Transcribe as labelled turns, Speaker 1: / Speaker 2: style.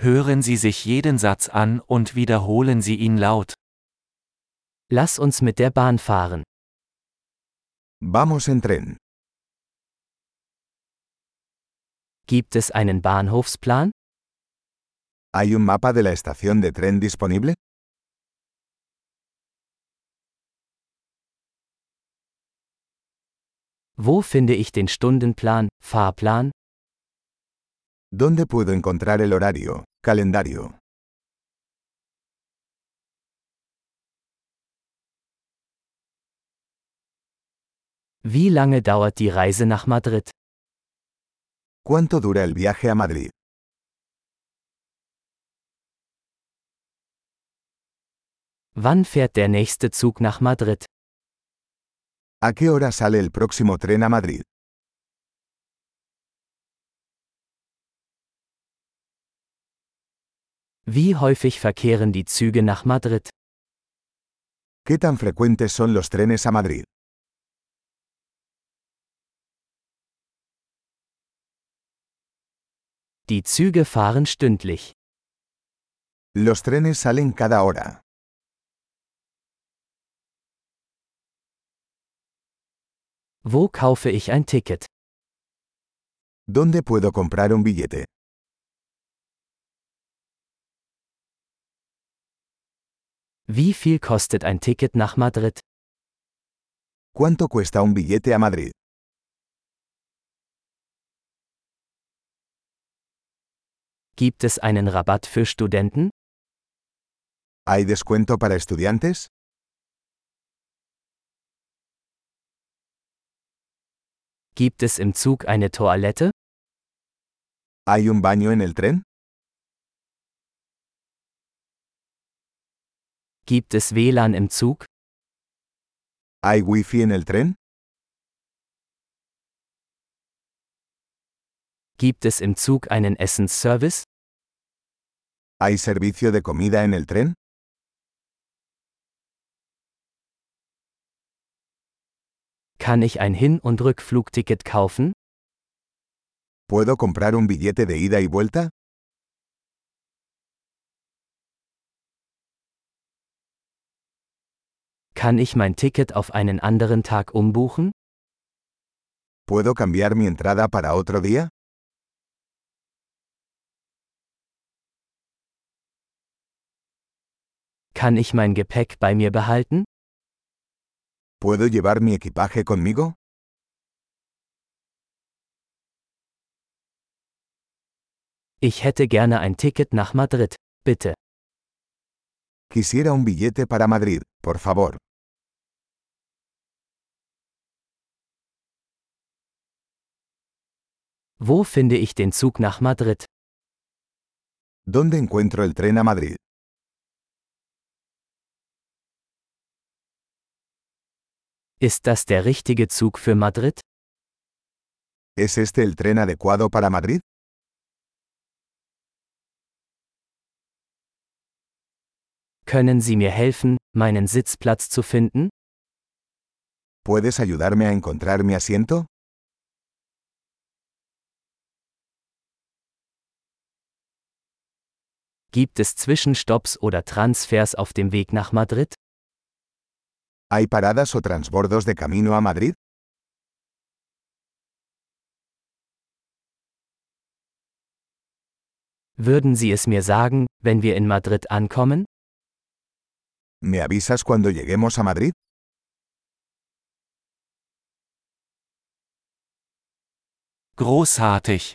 Speaker 1: Hören Sie sich jeden Satz an und wiederholen Sie ihn laut.
Speaker 2: Lass uns mit der Bahn fahren.
Speaker 3: Vamos en tren.
Speaker 2: Gibt es einen Bahnhofsplan?
Speaker 3: ¿Hay un mapa de la estación de tren disponible?
Speaker 2: Wo finde ich den Stundenplan, Fahrplan?
Speaker 3: ¿Dónde puedo encontrar el horario, calendario?
Speaker 2: Wie lange dauert die Reise nach Madrid?
Speaker 3: ¿Cuánto dura el viaje a Madrid?
Speaker 2: Wann fährt der nächste Zug nach Madrid?
Speaker 3: ¿A qué hora sale el próximo tren a Madrid?
Speaker 2: Wie häufig verkehren die Züge nach Madrid?
Speaker 3: ¿Qué tan frecuentes son los trenes a Madrid?
Speaker 2: Die Züge fahren stündlich.
Speaker 3: Los trenes salen cada hora.
Speaker 2: Wo kaufe ich ein Ticket?
Speaker 3: ¿Dónde puedo comprar un billete?
Speaker 2: Wie viel kostet ein Ticket nach Madrid?
Speaker 3: ¿Cuánto cuesta un billete a Madrid?
Speaker 2: Gibt es einen Rabatt für Studenten?
Speaker 3: ¿Hay descuento para estudiantes?
Speaker 2: Gibt es im Zug eine Toilette?
Speaker 3: ¿Hay un baño en el tren?
Speaker 2: Gibt es WLAN im Zug?
Speaker 3: ¿Hay wifi en el tren?
Speaker 2: Gibt es im Zug einen Essensservice?
Speaker 3: ¿Hay servicio de comida en el tren?
Speaker 2: Kann ich ein Hin- und Rückflugticket kaufen?
Speaker 3: ¿Puedo comprar un billete de ida y vuelta?
Speaker 2: Kann ich mein Ticket auf einen anderen Tag umbuchen?
Speaker 3: ¿Puedo cambiar mi entrada para otro día?
Speaker 2: Kann ich mein Gepäck bei mir behalten?
Speaker 3: ¿Puedo llevar mi equipaje conmigo?
Speaker 2: Ich hätte gerne ein Ticket nach Madrid, bitte.
Speaker 3: Quisiera un billete para Madrid, por favor.
Speaker 2: Wo finde ich den Zug nach Madrid?
Speaker 3: ¿Dónde encuentro el tren a Madrid?
Speaker 2: Ist das der richtige Zug für Madrid?
Speaker 3: ¿Es este el tren adecuado para Madrid?
Speaker 2: Können Sie mir helfen, meinen Sitzplatz zu finden?
Speaker 3: ¿Puedes ayudarme a encontrar mi asiento?
Speaker 2: Gibt es Zwischenstopps oder Transfers auf dem Weg nach Madrid?
Speaker 3: ¿Hay paradas o transbordos de camino a Madrid?
Speaker 2: Würden Sie es mir sagen, wenn wir in Madrid ankommen?
Speaker 3: ¿Me avisas cuando lleguemos a Madrid?
Speaker 1: Großartig!